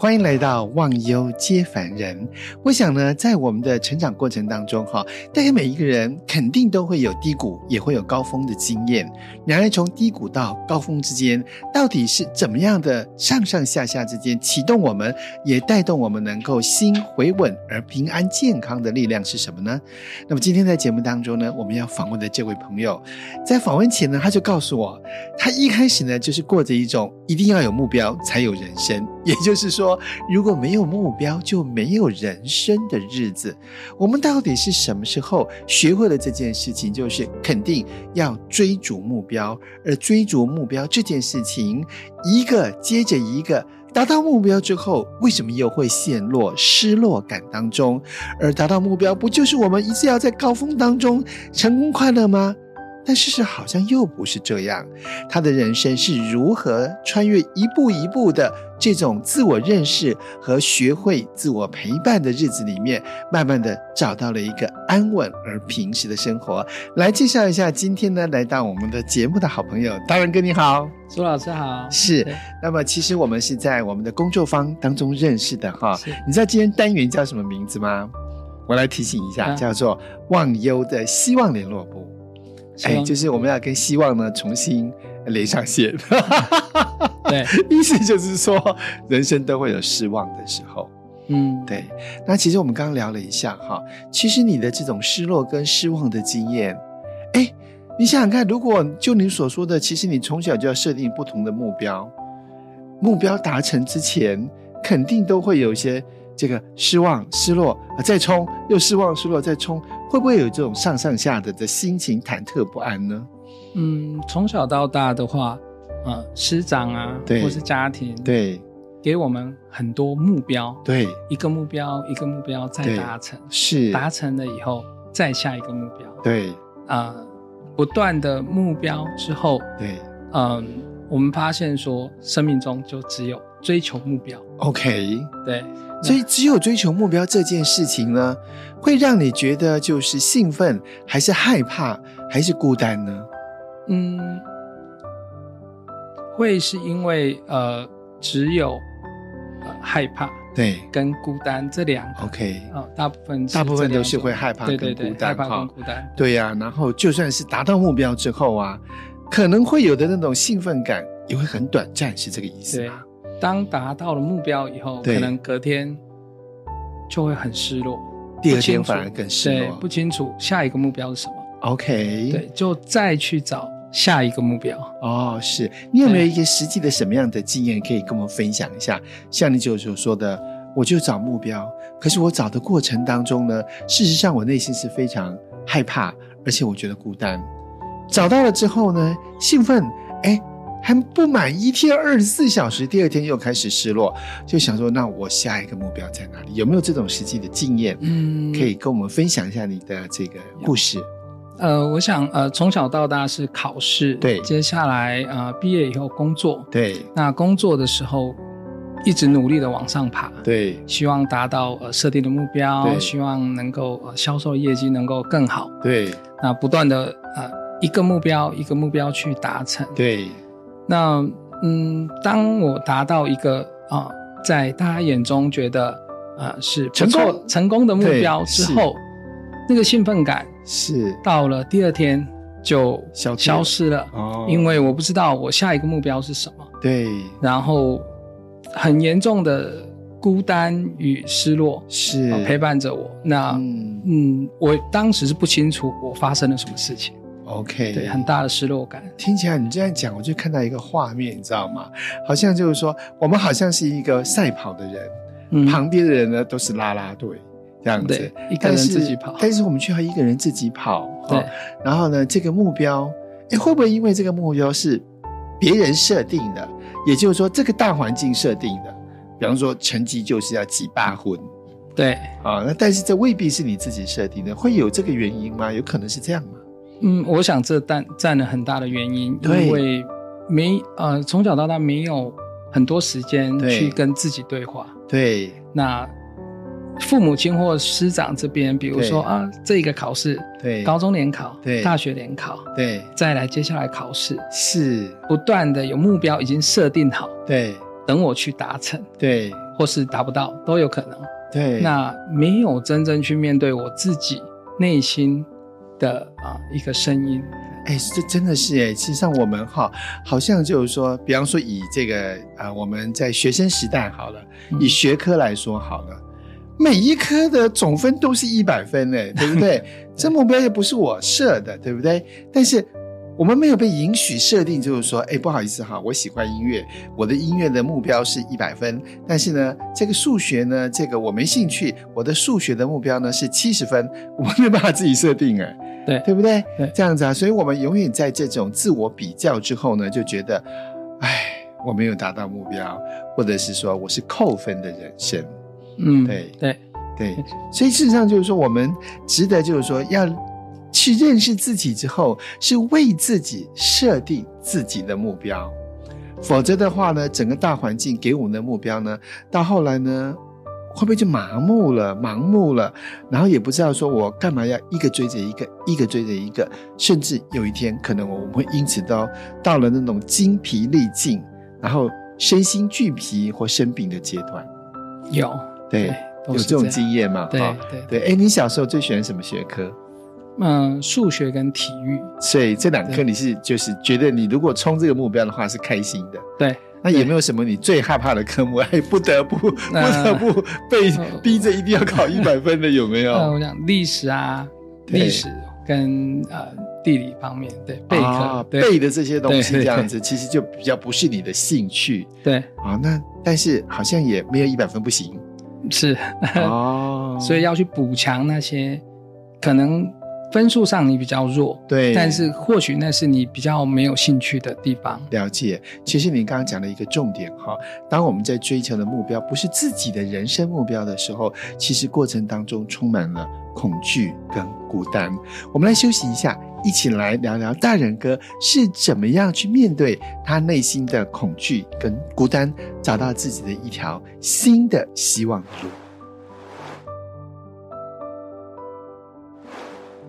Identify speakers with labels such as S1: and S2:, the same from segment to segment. S1: 欢迎来到忘忧皆凡人。我想呢，在我们的成长过程当中，哈，大家每一个人肯定都会有低谷，也会有高峰的经验。然而，从低谷到高峰之间，到底是怎么样的上上下下之间启动我们，也带动我们能够心回稳而平安健康的力量是什么呢？那么今天在节目当中呢，我们要访问的这位朋友，在访问前呢，他就告诉我，他一开始呢就是过着一种一定要有目标才有人生， 也就是说，如果没有目标就没有人生的日子。我们到底是什么时候学会了这件事情？就是肯定要追逐目标，而追逐目标这件事情，一个接着一个。达到目标之后，为什么又会陷落失落感当中？而达到目标，不就是我们一直要在高峰当中成功快乐吗？但事实好像又不是这样。他的人生是如何穿越一步一步的这种自我认识和学会自我陪伴的日子里面，慢慢的找到了一个安稳而平实的生活。来介绍一下今天呢来到我们的节目的好朋友，大仁哥你好。
S2: 苏老师好，
S1: 是
S2: 对，
S1: 那么其实我们是在我们的工作坊当中认识的哈。
S2: 是
S1: 你知道今天单元叫什么名字吗？我来提醒一下，
S2: 啊
S1: 叫做“忘忧的希望联络部”。
S2: 希
S1: 哎，
S2: 望
S1: 就是我们要跟希望呢重新连上线，
S2: 对，
S1: 意思就是说，人生都会有失望的时候。
S2: 嗯，
S1: 对，那其实我们刚刚聊了一下哈，其实你的这种失落跟失望的经验，哎，你想想看，如果就你所说的，其实你从小就要设定不同的目标，目标达成之前，肯定都会有一些这个失望、失落啊，再冲，又失望、失落，再冲，会不会有这种上上下的的心情忐忑不安呢？
S2: 嗯，从小到大的话，呃，师长啊，
S1: 对
S2: 或是家庭，，
S1: 对
S2: 给我们很多目标，
S1: 对，
S2: 一个目标一个目标
S1: 对
S2: 再达成，
S1: 是，
S2: 达成了以后再下一个目标，
S1: 对
S2: 呃，不断的目标之后，
S1: 对
S2: 嗯、我们发现说，生命中就只有追求目标，
S1: ，OK。
S2: 对，
S1: 所以，只有追求目标这件事情呢，会让你觉得就是兴奋，还是害怕，还是孤单呢？
S2: 嗯，会是因为呃，只有呃害怕
S1: 对
S2: 跟孤单这两个。
S1: ，OK，
S2: 啊、大部分
S1: 大部分
S2: 这两
S1: 都是
S2: 种
S1: 会害怕
S2: 对
S1: 跟
S2: 对对
S1: 孤单
S2: 害怕
S1: 哈
S2: 跟孤单，
S1: 对呀、然后，就算是达到目标之后啊，可能会有的那种兴奋感也会很短暂，是这个意思
S2: 对
S1: 吗？。
S2: 当达到了目标以后，
S1: 对
S2: 可能隔天就会很失落，
S1: 第二
S2: 不清
S1: 天
S2: 楚
S1: 反而更失
S2: 对，
S1: 落。
S2: 不清楚下一个目标是什么，
S1: OK，
S2: 对，就再去找下一个目标。
S1: 哦，是你有没有
S2: 对
S1: 一些实际的什么样的经验可以跟我们分享一下？像你就所说的，我就找目标，可是我找的过程当中呢，事实上我内心是非常害怕，而且我觉得孤单。找到了之后呢，兴奋，哎，还不满一天二十四小时，第二天又开始失落，就想说，那我下一个目标在哪里？有没有这种实际的经验？
S2: 嗯，
S1: 可以。跟我们分享一下你的这个故事，
S2: 呃，我想呃，从小到大是考试，
S1: 对
S2: 接下来呃，毕业以后工作，
S1: 对
S2: 那工作的时候一直努力的往上爬，
S1: 对
S2: 希望达到呃设定的目标，
S1: 对
S2: 希望能够呃销售业绩能够更好，
S1: 对
S2: 那不断的呃一个目标一个目标去达成。
S1: 对
S2: 那嗯，当我达到一个啊、在大家眼中觉得啊、是不
S1: 成
S2: 错
S1: 功
S2: 成功的目标
S1: 对
S2: 之后，那个兴奋感
S1: 是
S2: 到了第二天就
S1: 消退了
S2: 消失了，
S1: 哦
S2: 因为我不知道我下一个目标是什么，
S1: 对。
S2: 然后很严重的孤单与失落、
S1: 是
S2: 呃陪伴着我。那
S1: 嗯
S2: 嗯，我当时是不清楚我发生了什么事情，
S1: ，OK，
S2: 对，很。大的失落感。
S1: 听起来你这样讲，我就看到一个画面，你知道吗？好像就是说，我们好像是一个赛跑的人，
S2: 嗯，
S1: 旁边的人呢都是啦啦队这样子
S2: 对，一个
S1: 但
S2: 人
S1: 是
S2: 自己跑
S1: 但是我们却要一个人自己跑，
S2: 对
S1: 哦。然后呢，这个目标，哎，会不会因为这个目标是别人设定的，也就是说这个大环境设定的，比方说成绩就是要几八分
S2: 对，
S1: 啊，那但是这未必是你自己设定的，会有这个原因吗？有可能是这样吗？
S2: 嗯，我想这占占了很大的原因，
S1: 对
S2: 因为没呃从小到大没有很多时间
S1: 对
S2: 去跟自己对话。
S1: 对，
S2: 那父母亲或师长这边，比如说
S1: 对
S2: 啊，这个考试，
S1: 对，
S2: 高中联考，
S1: 对
S2: 大学联考，
S1: 对，
S2: 再来接下来考试，
S1: 是，
S2: 不断的有目标已经设定好，
S1: 对
S2: 等我去达成。
S1: 对
S2: 或是达不到，都有可能。
S1: 对，
S2: 那没有真正去面对我自己内心的啊、一个声音，
S1: 哎，这真的是哎，其实像我们哈，好像就是说，比方说以这个啊、呃我们在学生时代好了，
S2: 嗯
S1: 以学科来说好了，每一科的总分都是一百分哎，对不 对？这目标又不是我设的，对不对？但是我们没有被允许设定，就是说，哎，不好意思哈，我喜欢音乐，我的音乐的目标是一百分，但是呢，这个数学呢，这个我没兴趣，我的数学的目标呢是七十分，我没有办法自己设定哎。
S2: 对
S1: 对不对？
S2: 对
S1: 这样子啊，所以我们永远在这种自我比较之后呢，就觉得，哎，我没有达到目标，或者是说我是扣分的人生。
S2: 嗯，
S1: 对
S2: 对，
S1: 对，所以事实上就是说，我们值得就是说要去认识自己之后，是为自己设定自己的目标，否则的话呢，整个大环境给我们的目标呢，到后来呢，会不会就麻木了、盲目了，然后也不知道说我干嘛要一个追着一个，一个追着一个，甚至有一天可能我们会因此到到了那种精疲力尽，然后身心俱疲或生病的阶段。
S2: 有，
S1: 对，
S2: 都
S1: 有
S2: 是
S1: 这种
S2: 样
S1: 经验嘛？
S2: 对
S1: 哈
S2: 对对，
S1: 对，哎，你小时候最喜欢什么学科？
S2: 嗯，数学跟体育，
S1: 所以这两科
S2: 对
S1: 你是就是觉得你如果冲这个目标的话是开心的。
S2: 对，
S1: 那有没有什么你最害怕的科目？ 哎，不得不不得不被
S2: 呃
S1: 逼着一定要考一百分的有没
S2: 呃，
S1: 有？
S2: 我讲历史啊，
S1: 对
S2: 历史跟呃地理方面，对，备
S1: 啊
S2: 课，对
S1: 背的这些东西这
S2: 对对
S1: 样子，其实就比较不是你的兴趣
S2: 对
S1: 啊。那但是好像也没有一百分不 行
S2: 是，
S1: 哦
S2: 所以要去补强那些可能分数上你比较弱，
S1: 对，
S2: 但是或许那是你比较没有兴趣的地方。
S1: 了解，其实你刚刚讲的一个重点哈，当我们在追求的目标不是自己的人生目标的时候，其实过程当中充满了恐惧跟孤单。我们来休息一下，一起来聊聊大人哥是怎么样去面对他内心的恐惧跟孤单，找到自己的一条新的希望的路。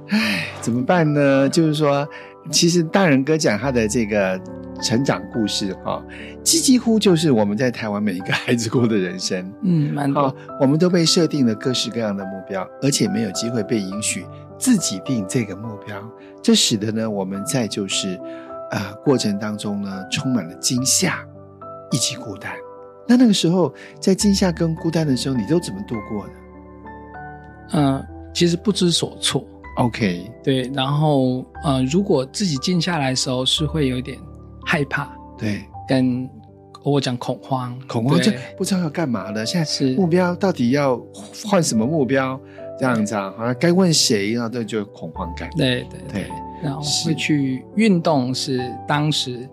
S1: 唉，怎么办呢？就是说，其实大人哥讲他的这个成长故事哈、几几乎就是我们在台湾每一个孩子过的人生。
S2: 嗯，蛮
S1: 好
S2: 多，，
S1: 我们都被设定了各式各样的目标，而且没有机会被允许自己定这个目标，这使得呢我们在就是，呃，过程当中呢充满了惊吓以及孤单。那那个时候在惊吓跟孤单的时候，你都怎么度过的
S2: 嗯、其实不知所措。
S1: ？OK，
S2: 对，然后呃，如果自己静下来的时候，是会有一点害怕，
S1: 对，
S2: 跟我讲恐慌，
S1: 恐慌症
S2: 对
S1: 不知道要干嘛了，现在
S2: 是
S1: 目标到底要换什么目标？这样子啊，好像该问谁，然后这就恐慌感。
S2: 对对对，
S1: 对
S2: 然后
S1: 是
S2: 会去运动是当时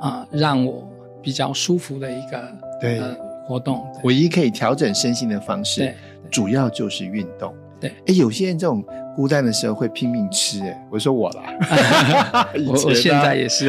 S2: 啊、让我比较舒服的一个
S1: 对
S2: 呃、活动，对
S1: 唯一可以调整身心的方式
S2: 对，
S1: 主要就是运动。
S2: 对
S1: 哎，有些人这种孤单的时候会拼命吃，哎，我说我啦， 以
S2: 我我
S1: 前
S2: 现
S1: 啊
S2: 在也是，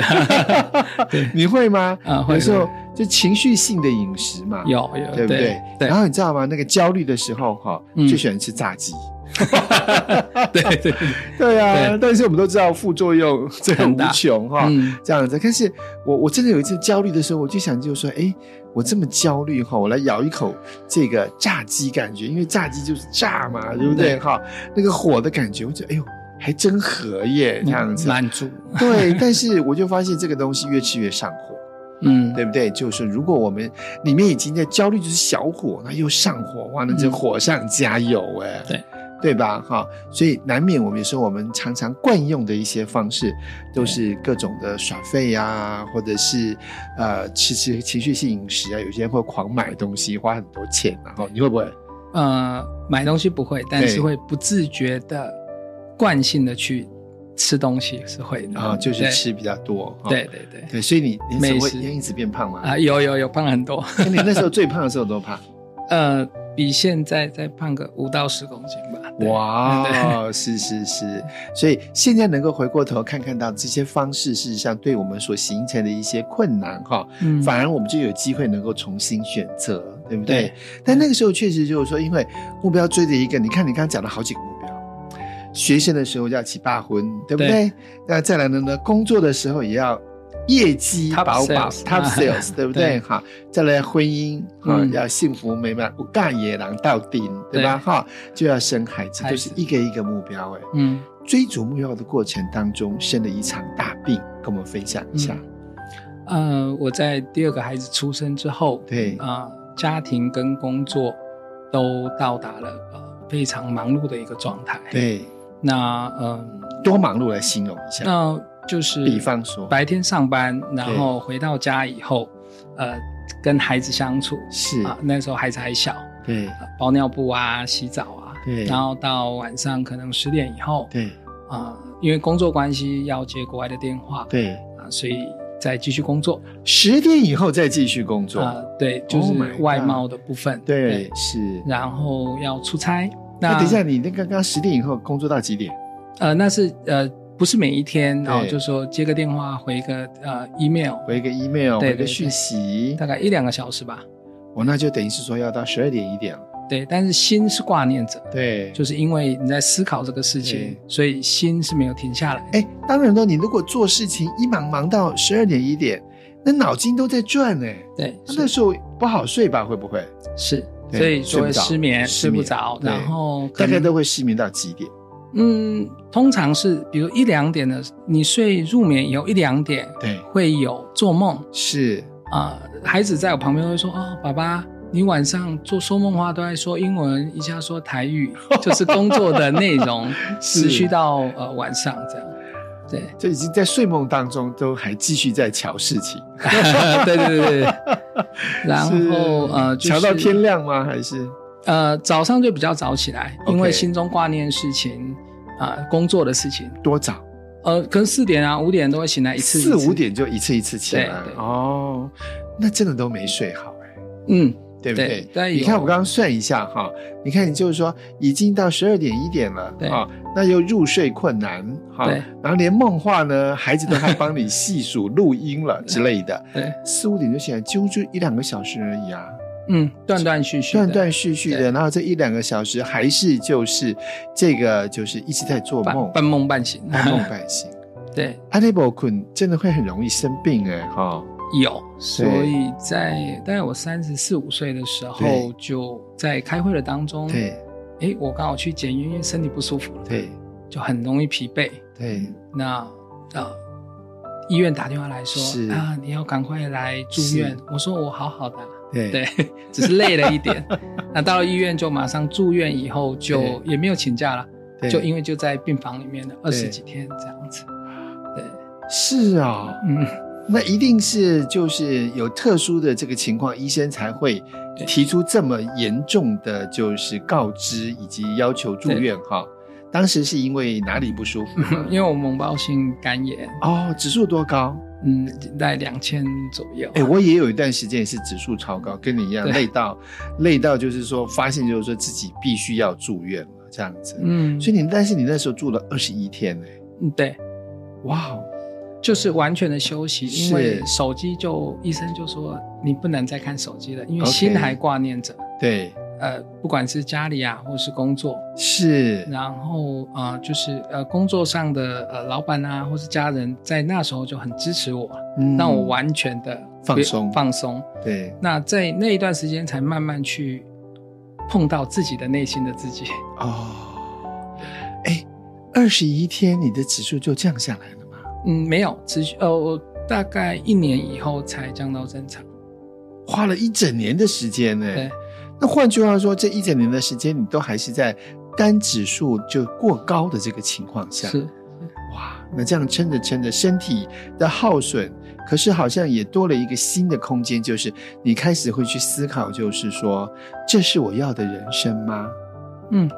S2: 对，
S1: 你会吗？
S2: 啊会
S1: 有时候
S2: 会
S1: 就情绪性的饮食嘛，
S2: 有有
S1: 对不对
S2: 对？对
S1: 然后你知道吗？那个焦虑的时候哈，
S2: 嗯
S1: 最喜欢吃炸鸡。啊
S2: 对 对，
S1: 对啊，
S2: 对
S1: 但是我们都知道副作用这个
S2: 很
S1: 无
S2: 大
S1: 穷哈。
S2: 嗯
S1: 这样子。但是我我真的有一次焦虑的时候，我就想就是说，哎，我这么焦虑哈，我来咬一口这个炸鸡，感觉因为炸鸡就是炸嘛，对不对
S2: 对
S1: 哈？那个火的感觉，我觉得哎呦，还真合耶，这样子。
S2: 满足，
S1: 对，但是我就发现这个东西越吃越上火，
S2: 嗯，
S1: 对不对？就是如果我们里面已经在焦虑，就是小火，那又上火，哇，那这
S2: 嗯
S1: 火上加油哎、
S2: 对
S1: 对吧？哈，所以难免我们有时候我们常常惯用的一些方式，都是各种的耍废呀、或者是呃吃吃情绪性饮食啊，有些人会狂买东西，花很多钱、啊，然后你会不会？
S2: 呃，买东西不会，但是
S1: 对
S2: 会不自觉的惯性的去吃东西是会的
S1: 啊，就是
S2: 嗯对
S1: 吃比较多，啊
S2: 对对对，
S1: 对，所以你你
S2: 美
S1: 怎么会
S2: 食
S1: 因此变胖吗？
S2: 啊，有有有胖了很多，
S1: 那你那时候最胖的时候多胖？
S2: 呃，比现在再胖个五到十公斤吧，对
S1: 哇，哦是是是，所以现在能够回过头看看到这些方式，事实上对我们所形成的一些困难哈，
S2: 嗯
S1: 反而我们就有机会能够重新选择，对不对？
S2: 对
S1: 但那个时候确实就是说，因为目标追着一个，你看你刚刚讲了好几个目标。学生的时候要起八婚，对不对？那再来呢呢，工作的时候也要业绩
S2: Top
S1: 饱饱
S2: sales 啊
S1: top sales，对不对？
S2: 对
S1: 哈，再来婚姻哈
S2: 嗯，
S1: 要幸福美满，不干也郎到顶，对吧？
S2: 对
S1: 哈，就要生孩子，
S2: 孩
S1: 就
S2: 子
S1: 是一个一个目标。哎，
S2: 嗯，
S1: 追逐目标的过程当中，生了一场大病，跟我们分享一下。
S2: 嗯呃，我在第二个孩子出生之后，
S1: 对，
S2: 啊、家庭跟工作都到达了呃非常忙碌的一个状态。，
S1: 对，
S2: 那嗯、
S1: 多忙碌来形容一下。
S2: 那就是
S1: 比方说，
S2: 白天上班，然后回到家以后，呃，跟孩子相处
S1: 是，
S2: 啊，那时候孩子还小，
S1: 对，
S2: 呃包尿布啊、洗澡啊，
S1: 对
S2: 然后到晚上可能十点以后，
S1: 对，
S2: 啊、因为工作关系要接国外的电话，
S1: 对，
S2: 啊，所以再继续工作
S1: 十点以后再继续工作。
S2: 啊、对，就是
S1: Oh my god
S2: 外贸的部分，
S1: 对，是。
S2: 然后要出差。
S1: 那
S2: 那
S1: 等一下，，你那刚刚十点以后工作到几点？
S2: 呃，那是呃，不是每一天，然后
S1: 对
S2: 就说接个电话，回个呃 email，
S1: 回个 email，
S2: 对
S1: 回个
S2: 对
S1: 讯息
S2: 大，概一两个小时吧。
S1: 我那就等于是说要到十二点一点了。
S2: 对，但是心是挂念着，
S1: 对，
S2: 就是因为你在思考这个事情
S1: 对，
S2: 所以心是没有停下来。
S1: 哎，当然了，你如果做事情一忙忙到十二点一点，那脑筋都在转哎，
S2: 对，
S1: 那时候不好睡吧？会不会？
S2: 是，
S1: 对
S2: 所以就会
S1: 睡不着
S2: 失眠，
S1: 失
S2: 睡
S1: 眠
S2: 不着，
S1: 对
S2: 然后可
S1: 大概
S2: 能
S1: 都会失眠到几点？
S2: 嗯，通常是比如一两点的，你睡入眠以后一两点
S1: 对，
S2: 会有做梦
S1: 是，
S2: 啊、孩子在我旁边会说：“哦，爸爸，你晚上做说梦话都在说英文，一下说台语， 就是工作的内容
S1: 是
S2: 持续到呃晚上这样。” 对，
S1: 就已经在睡梦当中都还继续在瞧事情，
S2: 对对对对。 然后
S1: 是
S2: 呃，就是
S1: 瞧到天亮吗？还是
S2: 呃，早上就比较早起来，
S1: OK
S2: 因为心中挂念事情啊、工作的事情。
S1: 多早？
S2: 呃，可能四点啊、五点都会醒来一次
S1: 四五，
S2: 一次
S1: 点就一次一次起来
S2: 对对
S1: 哦，那真的都没睡好哎，
S2: 嗯，
S1: 对不
S2: 对
S1: 对？
S2: 但
S1: 你
S2: 有
S1: 看我刚刚算一下哈，你看你就是说已经到十二点一点了
S2: 对
S1: 啊，那又入睡困难哈
S2: 对，
S1: 然后连梦话呢，孩子都还帮你细数录音了之类的，
S2: 对，
S1: 四五点就起来，揪就一两个小时而已啊，
S2: 嗯，断断续续的，
S1: 断断续续的，
S2: 对
S1: 然后这一两个小时还是就是这个就是一直在做
S2: 半
S1: 梦，
S2: 半梦半醒，
S1: 半梦半醒。
S2: 对，
S1: 阿内伯困真的会很容易生病哎哈，
S2: 有，所以在大概我三十四五岁的时
S1: 对
S2: 候，就在开会的当中，，
S1: 对
S2: 哎，我刚好去检验，因为身体不舒服了，，
S1: 对
S2: 就很容易疲惫。
S1: 对，
S2: 那啊、医院打电话来
S1: 是
S2: 说啊，你要赶快来住院。我说我好好的啊，
S1: 对
S2: 对， 只是累了一点。那到了医院就马上住院，以后
S1: 对
S2: 就也没有请假了，
S1: 对
S2: 就因为就在病房里面的二
S1: 对
S2: 十几天这样子。对，
S1: 是啊、
S2: 嗯，
S1: 那一定是就是有特殊的这个情况，医生才会
S2: 对
S1: 提出这么严重的就是告知以及要求住院哈。当时是因为哪里不舒服吗
S2: 因为我脓包性肝炎，
S1: 哦，指数多高？
S2: 嗯，在两千左右。
S1: 哎、我也有一段时间也是指数超高，跟你一样
S2: 对
S1: 累到累到，就是说发现就是说自己必须要住院了这样子。
S2: 嗯，
S1: 所以你，但是你那时候住了二十一天哎呢、
S2: 嗯对，
S1: 哇哦，
S2: 就是完全的休息，
S1: 是
S2: 因为手机就医生就说你不能再看手机了，因为
S1: OK
S2: 心还挂念着。
S1: 对，
S2: 呃，不管是家里啊，或是工作，
S1: 是，
S2: 然后啊、呃就是呃，工作上的呃，老板啊，或是家人，在那时候就很支持我，
S1: 嗯
S2: 让我完全的呃
S1: 放松
S2: 放松。
S1: 对，
S2: 那在那一段时间，才慢慢去碰到自己的内心的自己。
S1: 哦，哎，二十一天你的指数就降下来了吗？
S2: 嗯，没有持续，呃，我大概一年以后才降到正常。
S1: 花了一整年的时间呢。
S2: 对，
S1: 那换句话说，这一整年的时间你都还是在单指数就过高的这个情况下。
S2: 是，
S1: 哇，那这样撑着撑着，身体的耗损，可是好像也多了一个新的空间，就是你开始会去思考，就是说，这是我要的人生吗？
S2: 嗯，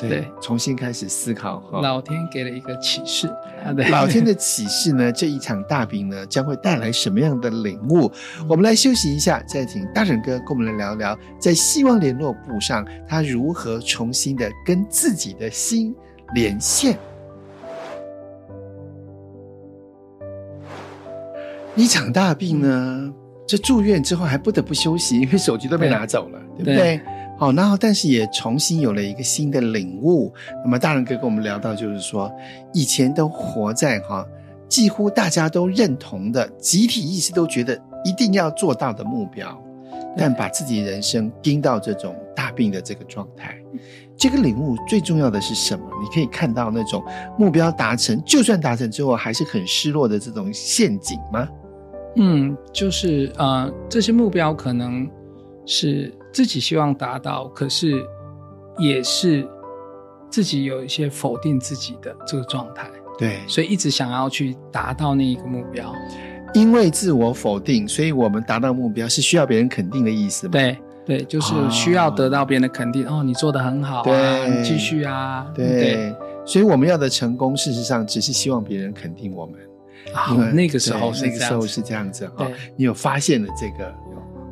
S2: 对
S1: 重新开始思考哈。
S2: 老天给了一个启示。啊，对，
S1: 老天的启示呢，这一场大病呢，将会带来什么样的领悟？
S2: 嗯
S1: 我们来休息一下，再请大整哥跟我们来聊聊，在希望联络簿上，他如何重新的跟自己的心连线。一场大病呢，这住院之后还不得不休息，因为手机都被
S2: 对
S1: 拿走了，对
S2: 对
S1: 不对？好，然后但是也重新有了一个新的领悟。那么大人哥跟我们聊到，就是说以前都活在哈几乎大家都认同的，集体意识都觉得一定要做到的目标，但把自己人生盯到这种大病的这个状态，这个领悟最重要的是什么？你可以看到那种目标达成，就算达成之后还是很失落的这种陷阱吗？
S2: 嗯，就是呃，这些目标可能是自己希望达到，可是也是自己有一些否定自己的这个状态，
S1: 对，
S2: 所以一直想要去达到那一个目标。
S1: 因为自我否定，所以我们达到目标是需要别人肯定的意思吗？，
S2: 对对，就是
S1: 哦
S2: 需要得到别人的肯定。哦，你做的很好啊，
S1: 对
S2: 你继续啊，对，
S1: 对，所以我们要的成功，事实上只是希望别人肯定我们。
S2: 好
S1: 因为，
S2: 啊那个时
S1: 对
S2: 候是
S1: 那个
S2: 这
S1: 时
S2: 样
S1: 候
S2: 子，
S1: 是这样子哈
S2: 对，
S1: 你有发现了这个，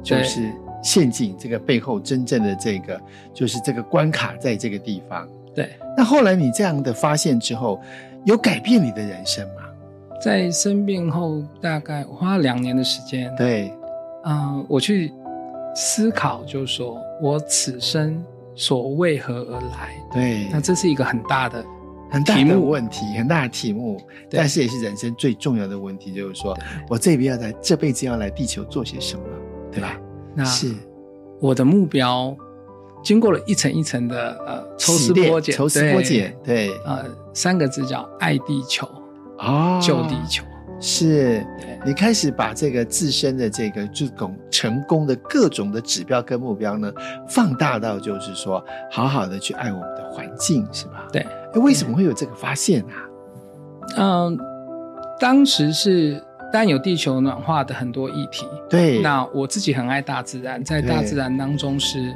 S1: 就
S2: 对
S1: 是陷阱这个背后真正的这个，就是这个关卡在这个地方。
S2: 对，
S1: 那后来你这样的发现之后，有改变你的人生吗？
S2: 在生病后大概我花了两年的时间，
S1: 对，
S2: 嗯、我去思考，就是说我此生所为何而来？
S1: 对，
S2: 那这是一个很大的，
S1: 很大
S2: 题
S1: 的
S2: 目
S1: 问题，很大的题目，
S2: 对
S1: 但是也是人生最重要的问题，就是说
S2: 对
S1: 我这边要来，这辈子要来地球做些什么，对吧？
S2: 那
S1: 是
S2: 我的目标，经过了一层一层的呃抽丝
S1: 洗练
S2: 剥茧，
S1: 抽丝
S2: 对
S1: 剥茧，，对，
S2: 呃，三个字叫爱地球，
S1: 啊
S2: 救地球，
S1: 是
S2: 对
S1: 你开始把这个自身的这个这种成功的各种的指标跟目标呢，放大到就是说，好好的去爱我们的环境，是吧？
S2: 对。
S1: 诶为什么会有这个发现啊？
S2: 嗯，当时是当然有地球暖化的很多议题，
S1: 对，
S2: 那我自己很爱大自然，在大
S1: 嗯对
S2: 自然当中是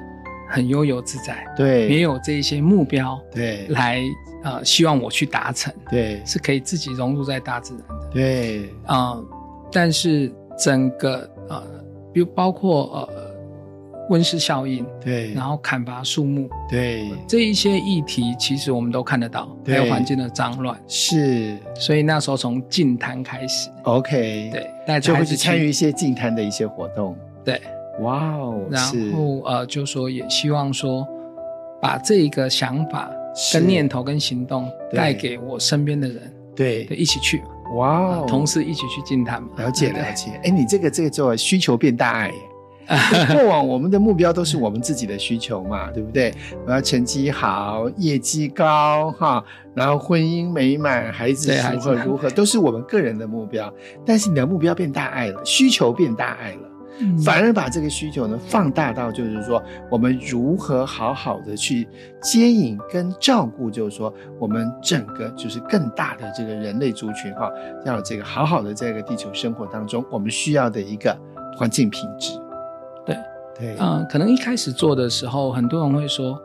S2: 很悠游自在，也
S1: 对，
S2: 有这一些目标
S1: 对，
S2: 来呃希望我去达成，
S1: 对，
S2: 是可以自己融入在大自然的
S1: 对，
S2: 啊、呃但是整个呃，比如包括呃温室效应，
S1: 对，
S2: 然后砍伐树木
S1: 对，
S2: 这一些议题，其实我们都看得到，还
S1: 对
S2: 有环境的脏乱，
S1: 是
S2: 所以那时候从净滩开始。
S1: OK，，
S2: 对，带着
S1: 就
S2: 孩
S1: 会
S2: 子
S1: 去参与一些净滩的一些活动。
S2: 对，
S1: 哇哦，
S2: 然
S1: 是
S2: 后呃，就说也希望说把这一个想法、跟念，头、跟行动
S1: 对
S2: 带给我身边的人，
S1: 是对，
S2: 对，一起去嘛，
S1: 哇
S2: 啊
S1: 哦，
S2: 同事一起去进谈嘛，
S1: 了 解
S2: 对不对
S1: 了解，哎，你这个这个做需求变大 哎。过往我们的目标都是我们自己的需求嘛，对不对？我要成绩好，业绩高，哈，然后婚姻美满，孩子
S2: 对孩
S1: 如
S2: 子
S1: 何如何，都是我们个人的目标。但是你的目标变大爱了，需求变大爱了，
S2: 嗯
S1: 反而把这个需求呢放大到，就是说我们如何好好的去接引跟照顾，就是说我们整个就是更大的这个人类族群哈，要有这个好好的这个地球生活当中，我们需要的一个环境品质。
S2: 对
S1: 对，
S2: 嗯、可能一开始做的时候，很多人会说，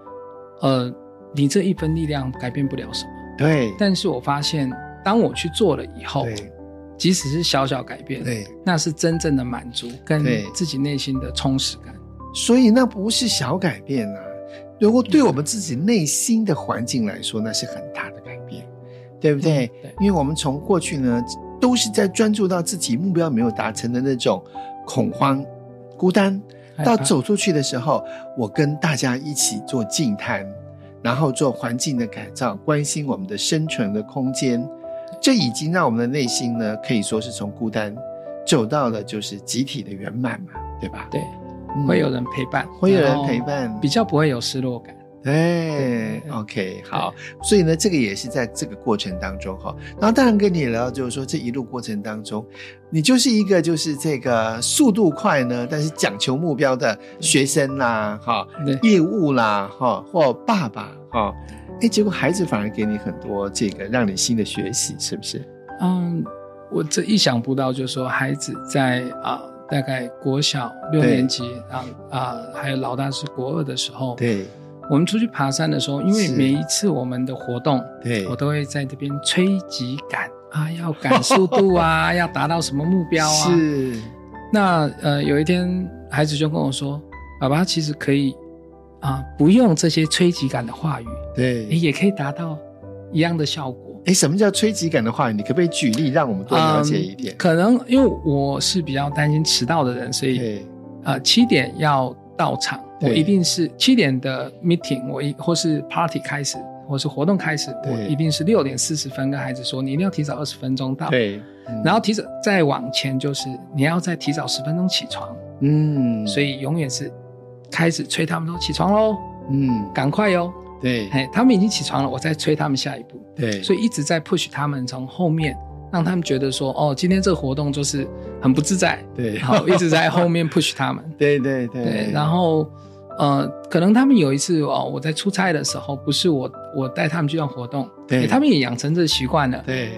S2: 呃，你这一分力量改变不了什么，
S1: 对，
S2: 但是我发现，当我去做了以后，
S1: 对
S2: 即使是小小改变，
S1: 对，
S2: 那是真正的满足跟
S1: 对
S2: 自己内心的充实感。
S1: 所以那不是小改变啊。如果
S2: 嗯
S1: 对我们自己内心的环境来说，那是很大的改变，对不对？
S2: 嗯对
S1: 因为我们从过去呢，都是在专注到自己目标没有达成的那种恐慌、孤单，
S2: 害
S1: 到
S2: 怕
S1: 走出去的时候，我跟大家一起做净滩，然后做环境的改造，关心我们的生存的空间，这已经让我们的内心呢，可以说是从孤单走到了就是集体的圆满嘛，对吧？
S2: 对，
S1: 嗯
S2: 会有人陪伴，
S1: 会有
S2: 然
S1: 人
S2: 后
S1: 陪伴，
S2: 比较不会有失落感。
S1: 哎
S2: 对
S1: ，OK，好，所以呢，这个也是在这个过程当中哈。然后当然跟你聊，就是说这一路过程当中，你就是一个就是这个速度快呢，但是讲求目标的学生啦，哈，
S2: 对，
S1: 业务啦，哈，或爸爸哈，哎，结果孩子反而给你很多这个让你新的学习，是不是？
S2: 嗯，我这意想不到，就是说孩子在啊、大概国小六
S1: 对
S2: 年级啊啊、还有老大是国二的时候，，
S1: 对
S2: 我们出去爬山的时候，因为
S1: 是
S2: 每一次我们的活动，
S1: 对
S2: 我都会在这边催急赶 啊，要赶速度啊，要达到什么目标啊？
S1: 是，
S2: 那呃，有一天孩子就跟我说：“爸爸其实可以啊、不用这些催急感的话语，诶
S1: 对。
S2: 也可以达到一样的效果。
S1: 哎，什么叫催急感的话语？你可不可以举例让我们多了解一点
S2: 嗯？可能因为我是比较担心迟到的人，所以
S1: 对
S2: 呃七点要到场，我
S1: 对
S2: 一定是七点的 meeting，我一或是 party 开始，或是活动开始，我
S1: 对
S2: 一定是六点四十分跟孩子说，你一定要提早二十分钟到。，
S1: 对，嗯
S2: 然后提早再往前就是你要再提早十分钟起床，
S1: 嗯，
S2: 所
S1: 以
S2: 以永远是开始催他们说起床喽，
S1: 嗯，
S2: 赶快哟。
S1: 对
S2: 哎，他们已经起床了，我再催他们下一步。
S1: 对，
S2: 所
S1: 以
S2: 以一直在 push 他们从后面，让他们觉得说，哦，今天这个活动就是很不自在，
S1: 对，
S2: 好，一直在后面 push 他们。
S1: 对对 对
S2: 对，然后呃，可能他们有一次哦，我在出差的时候，不是我我带他们去办活动，
S1: 对
S2: 诶他们也养成这个习惯了，
S1: 对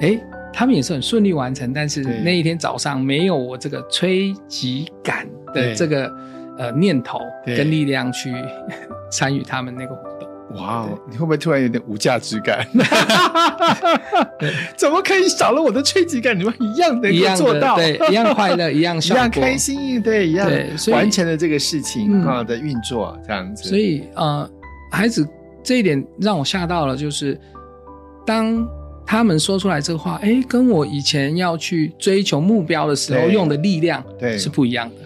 S2: 哎，他们也是很顺利完成，但是
S1: 对
S2: 那一天早上没有我这个催急感
S1: 对
S2: 的这个呃念头
S1: 对
S2: 跟力量去参与他们那个活动。
S1: 哇哦，你会不会突然有点无价值 感？ 怎么可以少了我的吹击感？你们一样能
S2: 一
S1: 够
S2: 样
S1: 做
S2: 的
S1: 到，
S2: 对，一样 快乐，一样
S1: 一
S2: 效果，
S1: 样开心，对，一样
S2: 对所以
S1: 完成了这个事情
S2: 嗯
S1: 啊的运作，这样子。
S2: 所以呃，孩子这一点让我吓到了，就是当他们说出来这话，哎，跟我以前要去追求目标的时候
S1: 对
S2: 用的力量
S1: 对
S2: 是不一样的，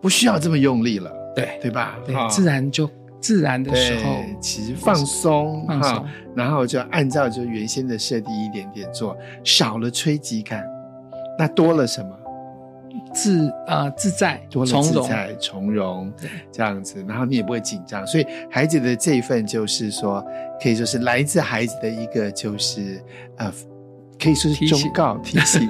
S1: 不需要这么用力了，
S2: 对
S1: 对吧？
S2: 对，
S1: 哈
S2: 自然就自然的时候
S1: 对，其实放松
S2: 放
S1: 哈
S2: 松，
S1: 然后就按照就原先的设定一点点做，少了吹击感，那多了什么？
S2: 自呃自在
S1: 多了
S2: 从
S1: 自
S2: 容，
S1: 在、从容
S2: 对
S1: 这样子，然后你也不会紧张，所以孩子的这一份就是说，可以说是来自孩子的一个就是呃，可以说是
S2: 提
S1: 忠
S2: 醒
S1: 告提 醒，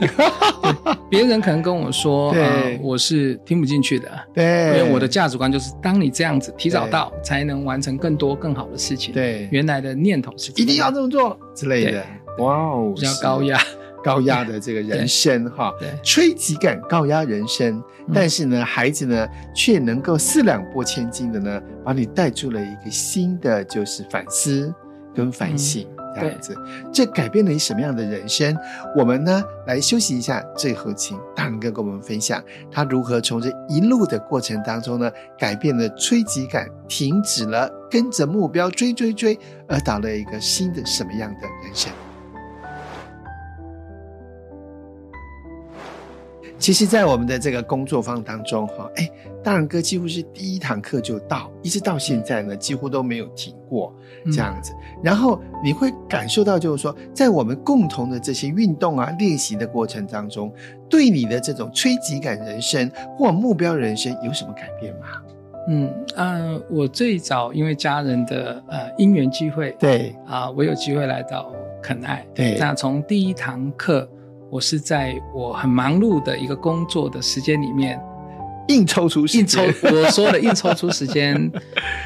S2: 别人可能跟我说，
S1: 对
S2: 呃，我是听不进去的。因
S1: 对，
S2: 为我的价值观就是，当你这样子提早
S1: 对
S2: 到，才能完成更多更好的事情。，
S1: 对
S2: 原来的念头是
S1: 一定
S2: 这样
S1: 要这么做之类的，哇哦，
S2: 比较
S1: 是
S2: 高压。
S1: 高压的这个人生哈，
S2: 对，
S1: 吹击感高压人生，
S2: 嗯
S1: 但是呢，孩子呢却能够四两拨千斤的呢，把你带出了一个新的就是反思跟
S2: 嗯
S1: 反省。这样子，这改变了你什么样的人生？我们呢来休息一下，最后请大人哥跟我们分享他如何从这一路的过程当中呢，改变了追击感，停止了跟着目标追追追，而到了一个新的什么样的人生？其实，在我们的这个工作坊当中，哈，哎，大人哥几乎是第一堂课就到，一直到现在呢，几乎都没有停过
S2: 嗯
S1: 这样子。然后你会感受到，就是说，在我们共同的这些运动啊、练习的过程当中，对你的这种吹击感人生或目标人生有什么改变吗？
S2: 嗯呃，我最早因为家人的呃因缘机会，
S1: 对
S2: 啊、我有机会来到肯爱。
S1: 对
S2: 那从第一堂课，我是在我很忙碌的一个工作的时间里面
S1: 硬抽出时
S2: 硬抽
S1: 间，，
S2: 我说了硬抽出时间。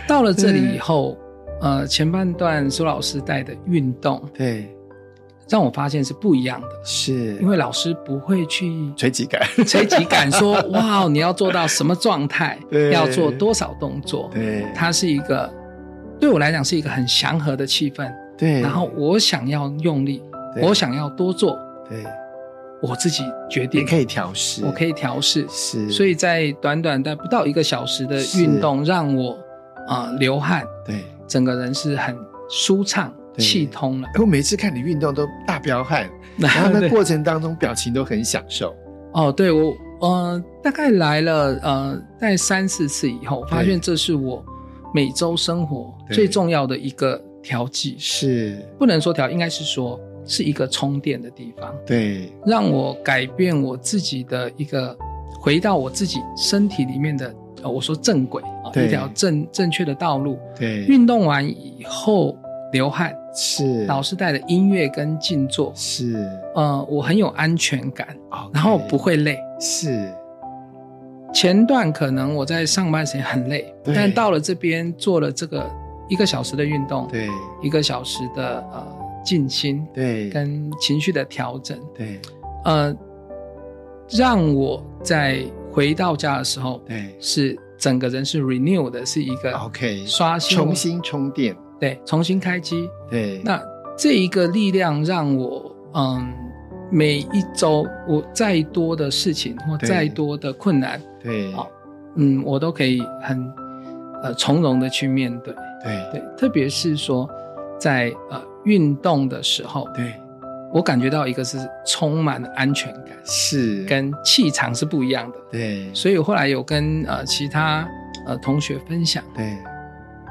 S2: 到了这里以后，呃，前半段苏老师带的运动，
S1: 对，
S2: 让我发现是不一样的，
S1: 是
S2: 因为老师不会去
S1: 吹击感，
S2: 垂击感说， 哇，你要做到什么状态
S1: 对，
S2: 要做多少动作，
S1: 对，
S2: 它是一个对我来讲是一个很祥和的气氛。
S1: 对，
S2: 然后我想要用力，
S1: 嗯对
S2: 我想要多做，
S1: 对，
S2: 我自己决
S1: 你
S2: 定，
S1: 可以调试，
S2: 我可以调试。
S1: 是，
S2: 所以在短短的不到一个小时的
S1: 是
S2: 运动，让我啊、呃流汗，
S1: 对。
S2: 整个人是很舒畅、
S1: 对
S2: 气通了。
S1: 我每次看你运动都大彪 悍，然后那
S2: 对
S1: 过程当中表情都很享受。
S2: 哦，对我呃大概来了呃大概三四次以后，发现这是我每周生活
S1: 对
S2: 最重要的一个调剂，
S1: 是，
S2: 不能说调，应该是说是一个充电的地方，
S1: 对，
S2: 让我改变我自己的一个回到我自己身体里面的呃我说正轨啊、
S1: 对
S2: 一条正正确的道路。
S1: 对，
S2: 运动完以后流汗，
S1: 是，
S2: 老师带的音乐跟静坐，
S1: 是，
S2: 呃，我很有安全感，
S1: OK，
S2: 然后不会累。
S1: 是，
S2: 前段可能我在上班时间很累，
S1: 对
S2: 但到了这边做了这个一个小时的运动，
S1: 对，
S2: 一个小时的呃静心
S1: 对，
S2: 跟情绪的调整，
S1: 对，
S2: 呃，让我在回到家的时候
S1: 对
S2: 是整个人是 renew 的，是一个
S1: ，OK，
S2: 刷新我
S1: 哦重新充电，
S2: 对重新开机。
S1: 对，
S2: 那这一个力量让我嗯。每一周，我再多的事情或
S1: 对
S2: 再多的困难，
S1: 对，
S2: 好嗯，我都可以很呃从容的去面对。
S1: 对，
S2: 对，特别是说在呃运动的时候，
S1: 对，
S2: 我感觉到一个是充满了安全感，
S1: 是，
S2: 跟气场是不一样的。
S1: 对，
S2: 所以我后来有跟呃其他呃同学分享，
S1: 对，。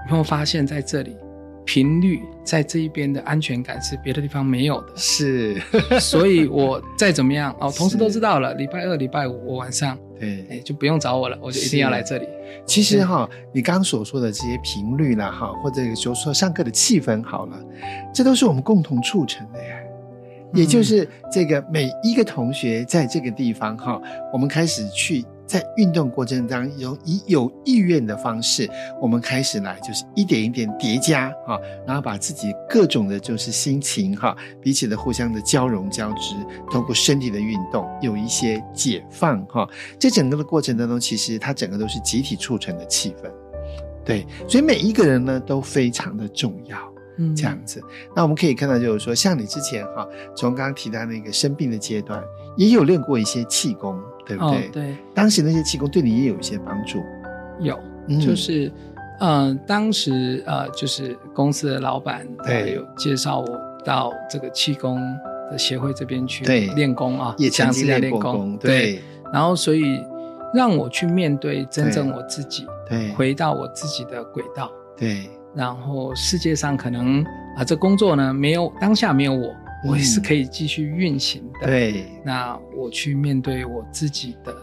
S2: 你会发现在这里频率在这一边的安全感是别的地方没有的
S1: 是，
S2: 所以我再怎么样哦，同事都
S1: 是
S2: 知道了，礼拜二、礼拜五我晚上哎
S1: 对，
S2: 就不用找我了，我就一定要来这里。
S1: 其实哈、你刚刚所说的这些频率啦，哈，或者就说上课的气氛好了，这都是我们共同促成的呀。
S2: 嗯
S1: 也就是这个每一个同学在这个地方哈，我们开始去在运动过程当中，以有意愿的方式，我们开始来就是一点一点叠加哈，然后把自己各种的就是心情哈，彼此的互相的交融交织，透过身体的运动有一些解放哈。这整个的过程当中，其实它整个都是集体促成的气氛，对，所以每一个人呢都非常的重要。
S2: 嗯
S1: 这样子。那我们可以看到，就是说，像你之前哈，从刚刚提到那个生病的阶段，也有练过一些气功，对不
S2: 哦
S1: 对？，
S2: 对，
S1: 当时那些气功对你也有一些帮助，
S2: 有
S1: 嗯
S2: 就是，嗯、当时呃，就是公司的老板呃
S1: 对
S2: 有介绍我到这个气功的协会这边去
S1: 对
S2: 练功啊，
S1: 也曾
S2: 想是
S1: 经
S2: 在
S1: 练
S2: 练
S1: 过
S2: 功，
S1: 对
S2: 然后所以让我去面对真正
S1: 对
S2: 我自己，
S1: 对
S2: 回到我自己的轨道。
S1: 对
S2: 然后世界上可能啊、这工作呢没有当下没有我，我也是
S1: 嗯
S2: 可以继续运行的。，
S1: 对
S2: 那我去面对我自己的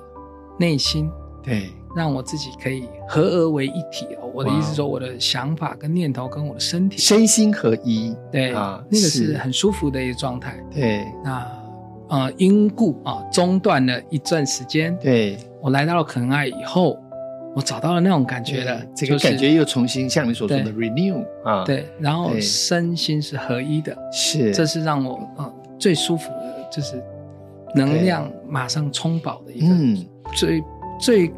S2: 内心，
S1: 对
S2: 让我自己可以合而为一体哦。我的
S1: 哇哦
S2: 意思是说，我的想法跟念头跟我的身体，
S1: 身心合一，
S2: 对，
S1: 啊
S2: 那个
S1: 是
S2: 是很舒服的一个状态。
S1: 对
S2: 那呃，因故啊中断了一段时间，
S1: 对，
S2: 我来到了肯爱以后，我找到了那种感觉了
S1: 对，这个
S2: 就
S1: 嗯
S2: 是
S1: 感觉又重新像你所说的
S2: 对
S1: renew 啊，，
S2: 对，然后
S1: 对
S2: 身心是合一的，
S1: 是
S2: 这是让我呃最舒服的，就是能量马上充饱的一个
S1: 嗯。
S2: 最、最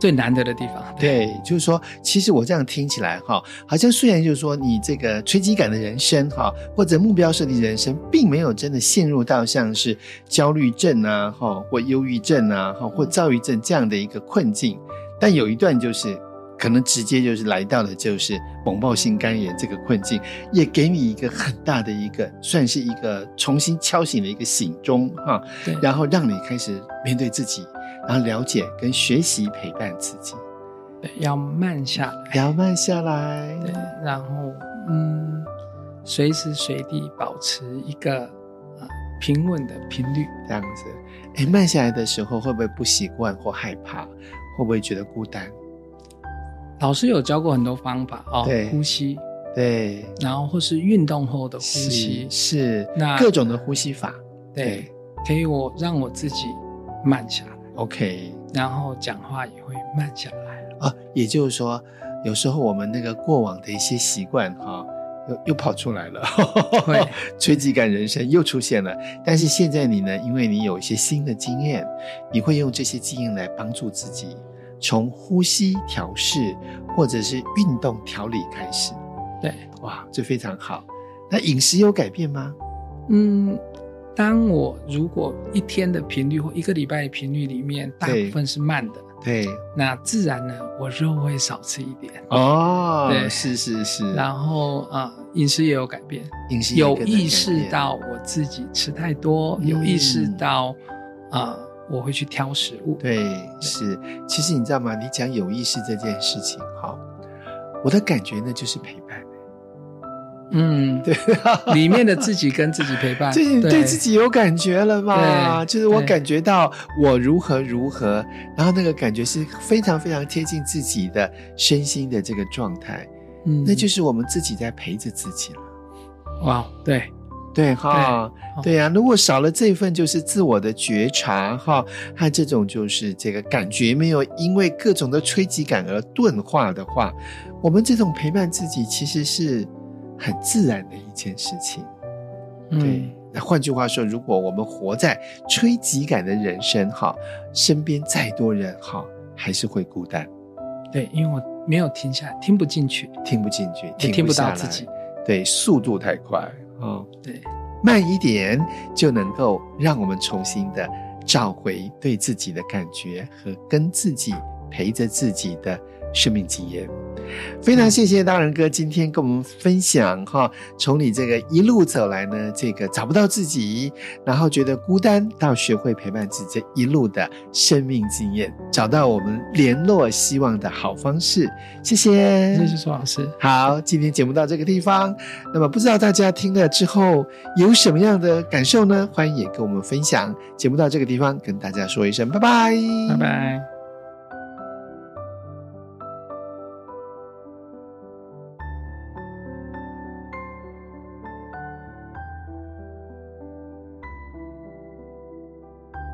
S2: 最难得的地方。
S1: 对，就是说，其实我这样听起来哈，好像虽然就是说你这个吹击感的人生哈，或者目标设定人生，并没有真的陷入到像是焦虑症啊哈，或忧郁症啊哈，或躁郁症这样的一个困境，但有一段就是。可能直接就是来到了就是猛暴性肝炎这个困境，也给你一个很大的一个算是一个重新敲醒的一个醒钟哈，
S2: 对，
S1: 然后让你开始面对自己，然后了解跟学习陪伴自己。
S2: 对要慢下来，
S1: 要慢下来。
S2: 对，然后嗯，随时随地保持一个呃平稳的频率。
S1: 这样子。哎，慢下来的时候会不会不习惯或害怕？会不会觉得孤单？
S2: 老师有教过很多方法哦
S1: 对，
S2: 呼吸，
S1: 对，
S2: 然后或是运动后的呼
S1: 是
S2: 吸，
S1: 是
S2: 那
S1: 各种的呼吸法。
S2: 对，可以我让我自己慢下来，
S1: ，OK
S2: 然后讲话也会慢下来。
S1: 啊，也就是说，有时候我们那个过往的一些习惯哈、又又跑出来了，
S2: 会
S1: 吹击感人生又出现了。但是现在你呢，因为你有一些新的经验，你会用这些经验来帮助自己，从呼吸调试或者是运动调理开始。
S2: 对，
S1: 哇，这非常好。那饮食有改变吗？
S2: 嗯，当我如果一天的频率或一个礼拜的频率里面，大
S1: 对
S2: 部分是慢的，
S1: 对，
S2: 那自然呢，我肉会少吃一点，
S1: 哦，
S2: 对
S1: 是是是，
S2: 然后啊、呃饮食也有改变，
S1: 饮食也
S2: 有
S1: 跟着
S2: 意
S1: 改
S2: 识
S1: 变，
S2: 到我自己吃太多，
S1: 嗯
S2: 有意识到啊、呃我会去挑食物，
S1: 对，是。其实你知道吗？你讲有意识这件事情，好，我的感觉呢就是陪伴，
S2: 嗯，对，里面的自己跟自己陪伴，
S1: 就是你 对自己有感觉了嘛？
S2: 啊对
S1: 就是我
S2: 对
S1: 感觉到我如何如何，然后那个感觉是非常非常贴近自己的身心的这个状态，
S2: 嗯，
S1: 那就是我们自己在陪着自己了。
S2: 哇，对，哦
S1: 对哈，
S2: 对
S1: 对呀、如果少了这份就是自我的觉察哈，和这种就是这个感觉没有因为各种的吹击感而钝化的话，我们这种陪伴自己其实是很自然的一件事情。对
S2: 嗯，，
S1: 那换句话说，如果我们活在吹击感的人生哈，身边再多人哈，还是会孤单，
S2: 对，因为我没有停下来，听不进去，
S1: 听不进去，
S2: 也听
S1: 不
S2: 不
S1: 下
S2: 到
S1: 来
S2: 自己，，
S1: 对，速度太快哦。
S2: 对，
S1: 慢一点，就能够让我们重新的找回对自己的感觉和跟自己陪着自己的生命经验。非常谢谢大仁哥今天跟我们分享哈，从你这个一路走来呢，这个找不到自己，然后觉得孤单，到学会陪伴自己这一路的生命经验，找到我们联络希望的好方式。谢谢，
S2: 谢谢苏老师。
S1: 好，今天节目到这个地方，那么不知道大家听了之后有什么样的感受呢？欢迎也跟我们分享。节目到这个地方，跟大家说一声拜拜，
S2: 拜拜。